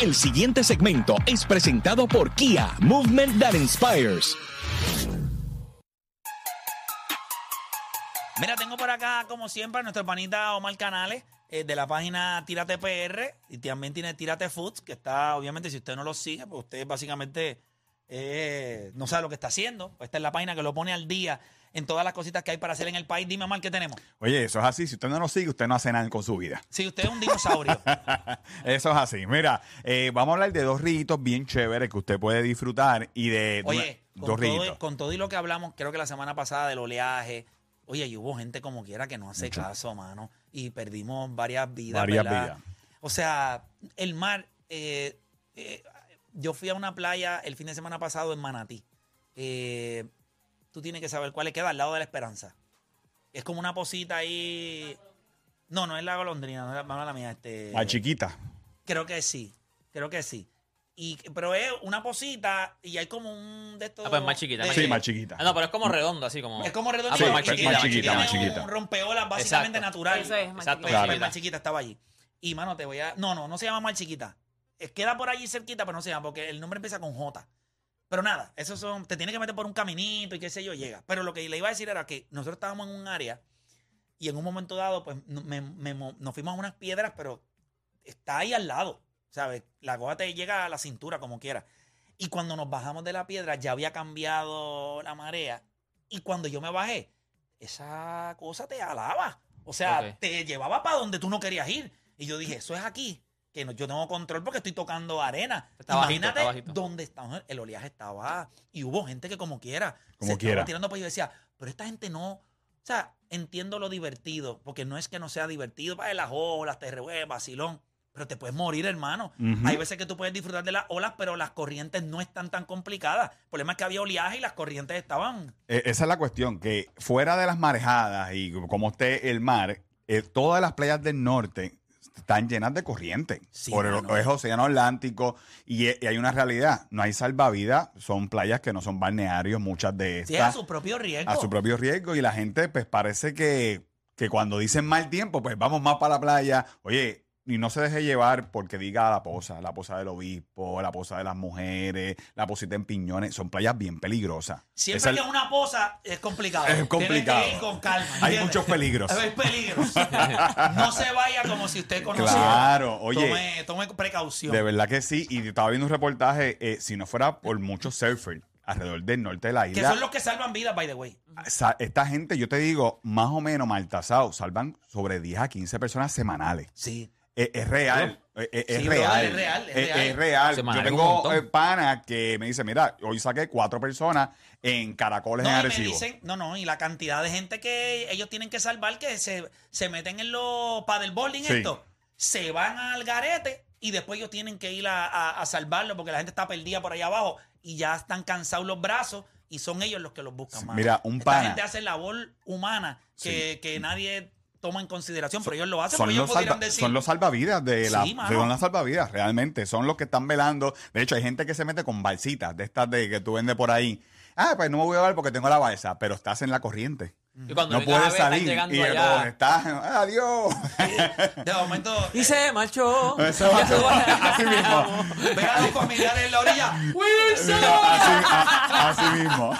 El siguiente segmento es presentado por Kia, Movement That Inspires. Mira, tengo por acá, como siempre, a nuestro panita Omar Canales, eh, de la página Tírate PR, y también tiene Tírate Foods, que está, obviamente, si usted no lo sigue, pues usted básicamente eh, no sabe lo que está haciendo. Esta es la página que lo pone al día en todas las cositas que hay para hacer en el país. Dime, Omar, ¿qué tenemos? Oye, eso es así. Si usted no nos sigue, usted no hace nada con su vida. Si usted es un dinosaurio, Eso es así. Mira, eh, vamos a hablar de dos riguitos bien chéveres que usted puede disfrutar y de oye, de Eh, con una- dos todo, riguitos. con todo y lo que hablamos, creo que la semana pasada del oleaje, oye, y hubo gente como quiera que no hace caso, mano, y perdimos varias vidas, Varias ¿verdad? vidas. O sea, el mar. eh, eh, yo fui a una playa el fin de semana pasado en Manatí. Eh, tú tienes que saber cuál le queda al lado de la Esperanza. Es como una posita ahí. No, no es la golondrina, no es la mala mía. Este, La chiquita. creo que sí, creo que sí. Y, pero es una posita y hay como un de estos. Ah, pues más chiquita, de- más Sí, chiquita. más chiquita. Ah, no, pero es como redondo, así como. Es como redondito. Ah, pues Sí, más que chiquita, tiene- más chiquita, tiene más chiquita. Un rompeolas básicamente Exacto. natural. Eso es, más Exacto, Pues, más Claro. pues, Mar chiquita. Chiquita estaba allí. Y mano, te voy a. No, no, no se llama Mar Chiquita. Es- Queda por allí cerquita, pero no se llama, porque el nombre empieza con J. Pero nada, eso son. Te tienes que meter por un caminito y qué sé yo, llega. Pero lo que le iba a decir era que nosotros estábamos en un área y en un momento dado, pues no- me- me mo- nos fuimos a unas piedras, pero está ahí al lado. ¿Sabes? La cosa te llega a la cintura, como quiera. Y cuando nos bajamos de la piedra, ya había cambiado la marea. Y cuando yo me bajé, esa cosa te alaba. O sea, Ok. te llevaba para donde tú no querías ir. Y yo dije, eso es aquí, que no- yo tengo control porque estoy tocando arena. Está bajito, Imagínate está bajito. dónde está, el oleaje estaba. Y hubo gente que como quiera, Como se estaba quiera. tirando para yo decía, pero esta gente no... O sea, entiendo lo divertido, porque no es que no sea divertido, para las olas, te revuelve, vacilón, pero te puedes morir, hermano. Ujú. Hay veces que tú puedes disfrutar de las olas, pero las corrientes no están tan complicadas. El problema es que había oleaje y las corrientes estaban. Eh, esa es la cuestión, que fuera de las marejadas y como esté el mar, eh, todas las playas del norte están llenas de corriente. Sí, por el, mano. es Océano Atlántico y, eh, y hay una realidad, no hay salvavidas, son playas que no son balnearios, muchas de Sí, a estas. su propio riesgo. a su propio riesgo y la gente pues parece que, que cuando dicen mal tiempo, pues vamos más para la playa. Oye, y no se deje llevar porque diga la posa, la posa del obispo, la posa de las mujeres, la posita en piñones, son playas bien peligrosas. Siempre Esa- que es una posa es complicado. Es Tienes complicado. que ir con calma. Hay ¿entiendes? muchos peligros. Hay peligros. no se vaya como si usted conociera. Claro, oye. Tome, tome precaución. De verdad que sí, y yo estaba viendo un reportaje, eh, si no fuera por muchos surfers alrededor del norte de la que isla, ah, son los que salvan vidas, by the way. sa- esta gente, yo te digo, más o menos maltasado, salvan sobre 10 a 15 personas semanales. Sí. Es, es real. Es, es- es Sí, brother, real. es real, es Es- real. es real. Semanal, Yo un tengo montón. eh, pana que me dice, mira, hoy saqué cuatro personas en caracoles No, en y me Arecibo. dicen, no, no, y la cantidad de gente que ellos tienen que salvar, que se, se meten en los paddleboarding Sí. esto, se van al garete y después ellos tienen que ir a, a- a salvarlo porque la gente está perdida por allá abajo y ya están cansados los brazos y son ellos los que los buscan Sí, más. mira, un Esta pana. gente hace labor humana que, que nadie toma en consideración, pero ellos lo hacen, Son porque ellos los, pudieran salva- decir... son los salvavidas de Sí, la mano. son las salvavidas realmente son los que están velando de hecho hay gente que se mete con balsitas de estas de que tú vendes por ahí ah pues no me voy a ver porque tengo la balsa pero estás en la corriente Y cuando No vengas a puedes ver, estás salir. llegando Y allá. donde estás, adiós. De momento, Y se marchó. Eso va a ser así mismo. ve a los familiares en la orilla. Así, a- así mismo.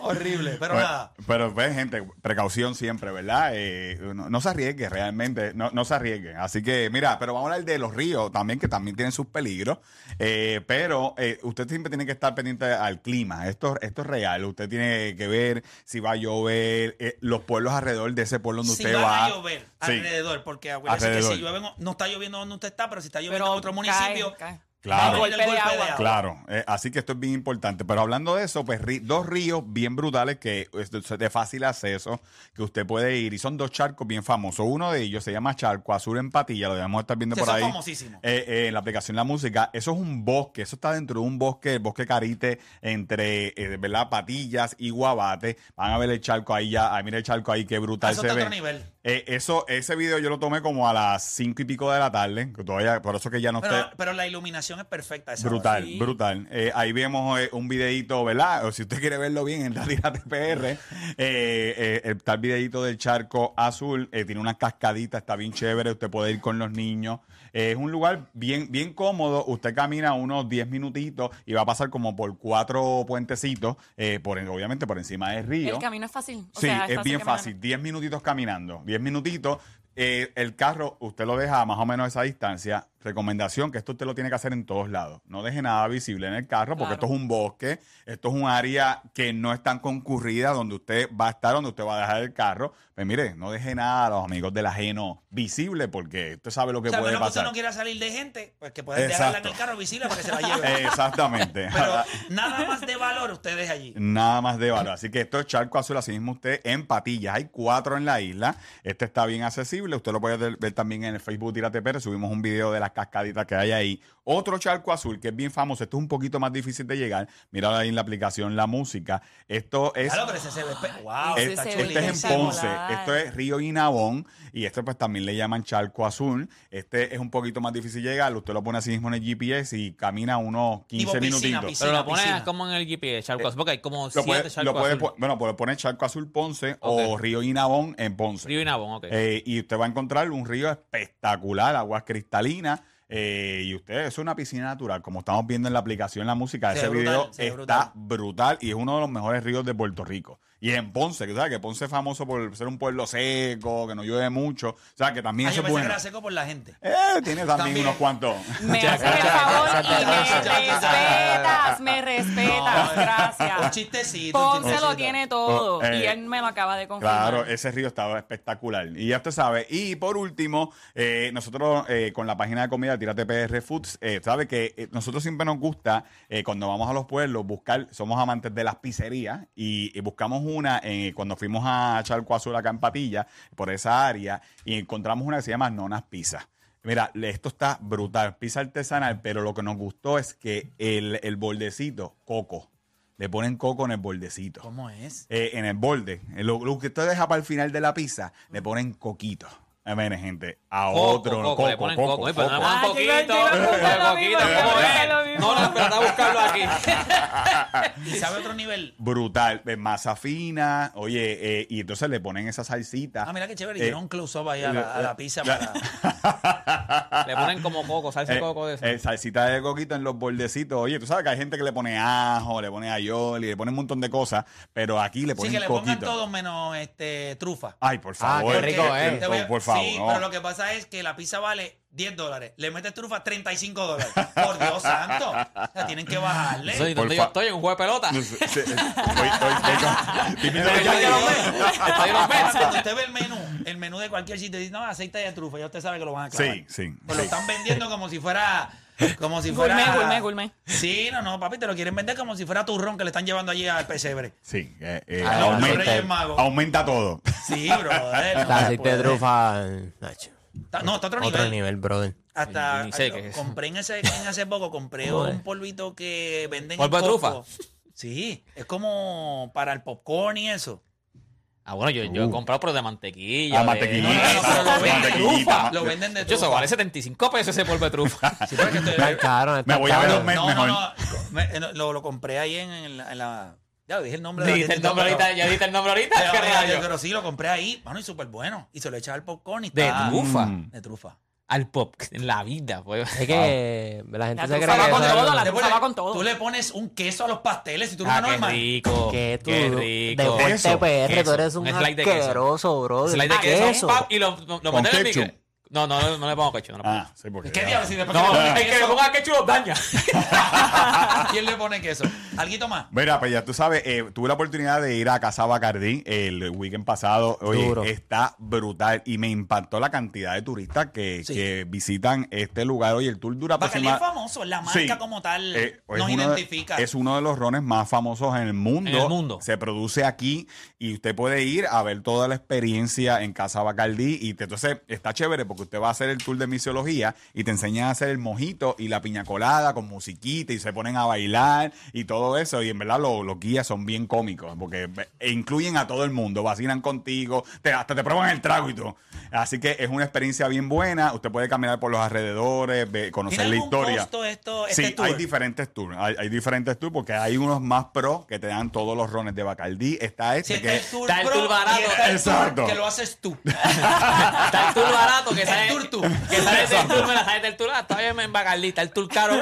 Horrible, pero Pues, nada. pero pues, gente, precaución siempre, ¿verdad? Eh, no, no se arriesgue realmente, no, no se arriesgue. Así que, mira, pero vamos a hablar de los ríos también, que también tienen sus peligros. Eh, pero eh, usted siempre tiene que estar pendiente al clima. Esto, esto es real. Usted tiene que ver si va a llover, eh, los pueblos alrededor de ese pueblo donde si usted van va. a llover Sí, alrededor, porque acuérdese que Alrededor. si llueve, en- no está lloviendo donde usted está, pero si está lloviendo Pero en otro cae, municipio, cae. Claro. va a venir el Golpe de agua. Claro, eh, así que esto es bien importante. Pero hablando de eso, pues ri- dos ríos bien brutales que es de- de fácil acceso, que usted puede ir. Y son dos charcos bien famosos. Uno de ellos se llama Charco Azul en Patilla, lo debemos estar viendo Sí, por eso es ahí. famosísimo. Eh, eh, en la aplicación La Música. Eso es un bosque, eso está dentro de un bosque, el bosque Carite, entre, eh, ¿verdad? Patillas y Guabate. Van a ver el charco ahí ya. Ay, mira el charco ahí, qué brutal Ah, Eso se está a ve. otro nivel. Eh, eso, ese video yo lo tomé como a las cinco y pico de la tarde, que todavía, por eso que ya no está. Pero, pero la iluminación es perfecta. a esa hora. Brutal, brutal. Eh, ahí vemos eh, un videíto, ¿verdad? O si usted quiere verlo bien en realidad TPR, eh, eh, el tal videíto del charco azul, eh, tiene unas cascaditas, está bien chévere, usted puede ir con los niños. Eh, es un lugar bien, bien cómodo, usted camina unos 10 minutitos y va a pasar como por cuatro puentecitos, eh, por, obviamente por encima del río. El camino es fácil. o Sí, sea, es bien caminar. fácil. 10 minutitos caminando. 10 minutitos. Eh, el carro, usted lo deja a más o menos esa distancia. Recomendación, que esto usted lo tiene que hacer en todos lados. No deje nada visible en el carro porque esto Claro. es un bosque. Esto es un área que no es tan concurrida donde usted va a estar, donde usted va a dejar el carro. Pues mire, no deje nada a los amigos del ajeno visible porque usted sabe lo que O sea, a puede menos que usted pasar. no quiera salir de gente, pues que pueden dejarla en el Exacto. Eh, carro visible para que se la lleve. Exactamente. pero nada más de valor ustedes allí. Nada más de valor. Así que esto es Charco Azul, así mismo usted en Patillas. Hay cuatro en la isla. Este está bien accesible. Usted lo puede ver- ver también en el Facebook Tírate Pérez. Subimos un video de las cascaditas que hay ahí. Otro Charco Azul que es bien famoso. Esto es un poquito más difícil de llegar. Míralo ahí en la aplicación La Música. Esto es... Claro, pero ese se ve. pe- ¡Wow! Ese Es- está Ah, se este ve chulito. es en espectacular. Ponce, esto es Río Inabón y este pues también le llaman Charco Azul. Este es un poquito más difícil llegar, usted lo pone así mismo en el GPS y camina unos 15 Tipo piscina, minutitos. piscina. Pero lo pones piscina. como en el GPS, Charco Azul, porque hay como Eh, Lo siete puede, Charco lo puede Azul. po- bueno, puede poner Charco Azul Ponce o Ok. Río Inabón en Ponce. Río y Nabón, ok. Eh, y usted va a encontrar un río espectacular, aguas cristalinas. eh, y usted es una piscina natural, como estamos viendo en la aplicación La Música. Se Ese ve brutal, video se ve está brutal. brutal. y es uno de los mejores ríos de Puerto Rico. Y en Ponce, que tú sabes que Ponce es famoso por ser un pueblo seco, que no llueve mucho. O sea, que también Ah, yo eso es pensé que bueno. era seco por la gente. Eh, tiene también, También. unos cuantos. Me haces el favor y Ya, ya, me ya. respetas, me respetas. Un Gracias. chistecito. un Ponce chistecito. lo tiene todo Oh, eh, y él me lo acaba de confirmar. Claro, ese río estaba espectacular. Y ya usted sabe. Y por último, eh, nosotros eh, con la página de comida Tírate PR Foods, eh, sabe que eh, nosotros siempre nos gusta, eh, cuando vamos a los pueblos, buscar, somos amantes de las pizzerías y, y buscamos una eh, cuando fuimos a Charco Azul acá en Patilla, por esa área, y encontramos una que se llama Nonas Pizza. Mira, esto está brutal, pizza artesanal, pero lo que nos gustó es que el, el bordecito, coco, le ponen coco en el bordecito. ¿Cómo es? Eh, en el borde. En lo, lo que usted deja para el final de la pizza, le ponen coquito. Eh, miren, gente, a Coco, otro coco, coco, le ponen coco, eh, coco. Oye, pero no le coco. ponen Ah, yo iba a- yo poquito, iba a preguntar lo poquito, mismo, yo iba a ¿cómo preguntar es? lo mismo. No, no, pero está buscarlo aquí. Y sabe otro nivel. Brutal, eh, masa fina, oye, eh, y entonces le ponen esa salsita. Ah, mira qué chévere. Eh, Hicieron un close-up ahí a la, a la pizza para. Le ponen como coco, salsa de Eh, coco de eso. eh, salsita de coquito en los bordecitos. Oye, tú sabes que hay gente que le pone ajo, le pone ayoli, le pone un montón de cosas, pero aquí le Sí, ponen que le pongan coquito. todo menos este, trufa. Ay, por Ah, favor. qué rico, eh, eh. eh, Te voy a- Por, por favor. Sí, no. pero lo que pasa es que la pizza vale 10 dólares. Le metes trufa 35 dólares. Por Dios santo. O sea, tienen que bajarle. Eso, ¿y por ¿Dónde yo fa- estoy? ¿En un juego de pelota? Sí, sí, sí. Voy- voy- voy con- Dime- Estoy en los Mets. Estoy en los Mets. Cuando usted ve el menú, el menú de cualquier sitio, dice, no, aceite de trufa, ya usted sabe que lo van a clavar. Sí, sí. Pues lo sí. están vendiendo como si fuera... Como si fuera... Gourmet, gourmet, gourmet. Sí, no, no, papi, te lo quieren vender como si fuera turrón que le están llevando allí al pesebre. Sí, eh, eh, Ah, los Reyes aumenta, Magos. aumenta todo. Sí, brother. no La Ah, se pues, aceite puede. de eh. trufa, Nacho. Está- No, está a otro, Otro nivel. nivel, brother. Hasta Ni sé qué es. compré en ese, en hace poco, compré Joder. un polvito que venden ¿Polvo en de trufa? Costco. Sí, es como para el popcorn y eso. Ah, bueno, yo, yo he Uh. comprado, pero de mantequilla. La de- mantequillita. No, no, pero lo venden de Mantequillita, trufa. ma- Lo venden de Yo, eso trufa. vale 75 pesos ese polvo de trufa. Sí, pero es que estoy- Está caro, está Me voy a ver caro. los me- no, no, mejor. no, me- eh, no, lo, lo compré ahí en, en la, en la- Ya dije el nombre de la Dijiste el tienda, nombre pero- ahorita, ya diste el nombre ahorita. Pero, ¿qué mira, yo- rayos? pero sí, lo compré ahí. Mano, y súper bueno. Y se lo echaba al popcorn y De Ah. estaba- trufa. Mm. De trufa. Al pop. En la vida, pues. Es que la gente La se cree trufa va que con eso- todo, la Le trufa pone- va con todo. Tú le pones un queso a los pasteles y tú Ah, no qué normal. rico. que tú, qué rico. deporte Queso, pues. PR, queso. tú eres un Un slide de queso. asqueroso, bro. Slide de Ah, queso, queso. pap, y lo, lo, lo Con metes en el ketchup. micro. No, no, no, no le pongo ketchup. No, le pongo. Ah, sí, porque. ¿Qué ah, diablos? Si después no que le ponen el que le queso- ponga ketchup lo daña. ¿Quién le pone queso? ¿Alguito más? Mira, pues ya tú sabes, eh, tuve la oportunidad de ir a Casa Bacardí el weekend pasado. Oye, Duro. está brutal y me impactó la cantidad de turistas que, Sí. que visitan este lugar. Oye, el tour dura Bacalí es aproximadamente... famoso, la marca Sí. como tal Eh, es nos uno de- identifica. es uno de los rones más famosos en el mundo. En el mundo. Se produce aquí y usted puede ir a ver toda la experiencia en Casa Bacardí. Y te- entonces está chévere porque usted va a hacer el tour de misiología y te enseñan a hacer el mojito y la piña colada con musiquita y se ponen a bailar y todo eso. Y en verdad lo- los guías son bien cómicos porque eh, incluyen a todo el mundo, vacilan contigo, te- hasta te prueban el trago y todo. Así que es una experiencia bien buena. Usted puede caminar por los alrededores, ve- conocer ¿Tiene la algún historia. costo esto, este sí, tour? hay diferentes tours. Hay, hay diferentes tours porque hay unos más pro que te dan todos los rones de Bacardí. Está Si este está que el tour está el pro tour barato. y está el tour Exacto. que lo haces tú. Está el tour barato que sale. tour tú. Que sale del tour, me la sale del tour. Ah, todavía me en Bacardí. Está el tour caro.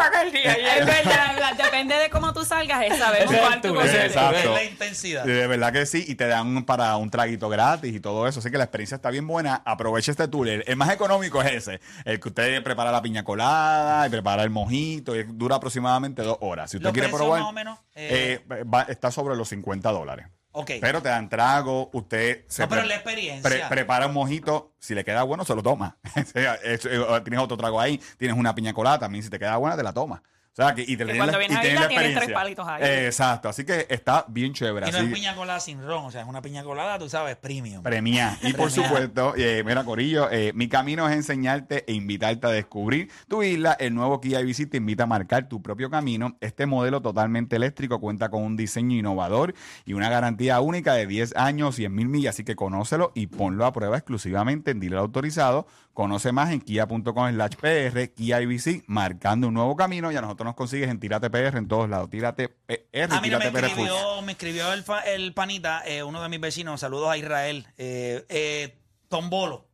Es verdad, la- depende de cómo tú salgas, es saber Ese es cuál tú tu- coges. Exacto. Eh, Es la intensidad. De verdad que sí, y te dan un- para un traguito gratis y todo eso. Así que la experiencia está bien buena. Aprovecha este tour. El, el más económico es ese. El que usted prepara la piña colada y prepara el mojito. Y dura aproximadamente dos horas. Si usted ¿Los quiere precios probar, más o menos? eh, va- está sobre los 50 dólares. Ok. Pero te dan trago, usted se No, pero pre- la experiencia. pre- prepara un mojito, si le queda bueno, se lo toma. O sea, es- eh, tienes otro trago ahí, tienes una piña colada también, si te queda buena, te la toma. O sea, que, y te Que tienen cuando la- vienes y a tienen verla, la tienes tres experiencia. palitos ahí. Eh, exacto, así que está bien chévere. y no así- es piña colada sin ron, o sea, es una piña colada, tú sabes, premium. Premia. Y por Premia. supuesto, eh, mira, Corillo, eh, mi camino es enseñarte e invitarte a descubrir tu isla. El nuevo Kia IBC te invita a marcar tu propio camino. Este modelo totalmente eléctrico cuenta con un diseño innovador y una garantía única de 10 años, 100 mil millas. Así que conócelo y ponlo a prueba exclusivamente en dealer autorizado. Conoce más en kia.com/slash PR, Kia IBC, marcando un nuevo camino. Y a nosotros nos consigues en Tírate PR en todos lados. Tírate PR, A mí no Ah, me Tírate PR. Full. escribió, me escribió el, fa- el panita, eh, uno de mis vecinos, saludos a Israel, eh, eh, Tombolo.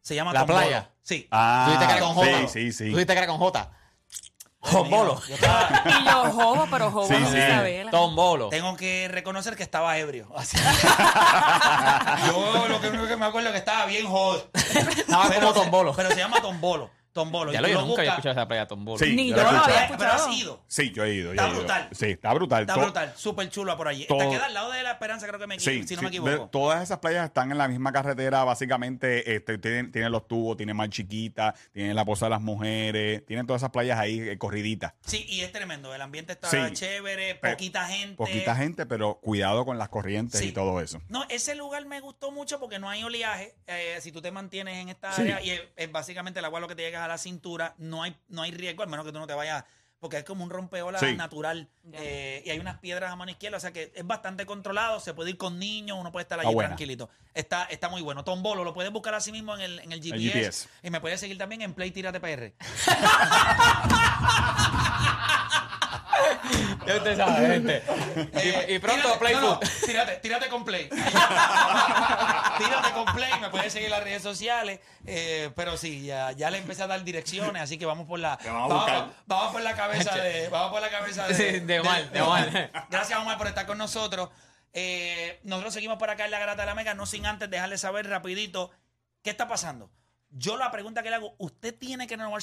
Se llama ¿La Tombolo. playa? Sí. Tuviste cara Ah, con J. sí, sí, sí. Tuviste cara con J. Dios mío, Tombolo. yo estaba- Y yo jobo, pero jobo Sí, no sí. se sabe. Tombolo. Tengo que reconocer que estaba ebrio. Así- Yo lo que único que me acuerdo es que estaba bien jodido. Estaba como Tombolo. Pero se llama Tombolo. Tombolo. Ya Y lo tú yo lo nunca había buscas- escuchado esa playa Tombolo. Sí, Ni yo yo la lo escuché. había Pero- Pero has escuchado. ido. Sí, yo he ido. Está yo he ido. brutal. Sí, está brutal. Está To- brutal. Súper chula por allí. Te todo- queda al lado de la esperanza, creo que me Sí, si no me sí, equivoco. de- todas esas playas están en la misma carretera, básicamente este, tienen, tienen los tubos, tienen más chiquita, tienen la posa de las mujeres, tienen todas esas playas ahí eh, corriditas. Sí, y es tremendo. El ambiente está Sí. chévere, Pe- poquita gente. Poquita gente, pero cuidado con las corrientes Sí. y todo eso. No, ese lugar me gustó mucho porque no hay oleaje. eh, si tú te mantienes en esta Sí. área y es, es básicamente el agua lo que te llegas a la cintura, no hay, no hay riesgo, al menos que tú no te vayas, porque es como un rompeolas Sí. natural Ya. eh, y hay unas piedras a mano izquierda, o sea que es bastante controlado, se puede ir con niños, uno puede estar allí Está buena. tranquilito. Está, está muy bueno. Tombolo, lo puedes buscar así mismo en el, en el GPS, GPS. Y me puedes seguir también en Play Tírate PR. Ya usted sabe, gente. Eh, Y, y pronto tírate- Play no, no, Food. tírate, tírate con Play. tírate con Play. Me puedes seguir en las redes sociales. eh, pero sí, ya, ya le empecé a dar direcciones, así que vamos por la. vamos a buscar. vamos por la cabeza de. Vamos por la cabeza de. Sí, de Omar, de Omar. Gracias, Omar, por estar con nosotros. Eh, nosotros seguimos por acá en la Garata de la Mega, no sin antes dejarle saber rapidito qué está pasando. Yo la pregunta que le hago, ¿usted tiene que renovar su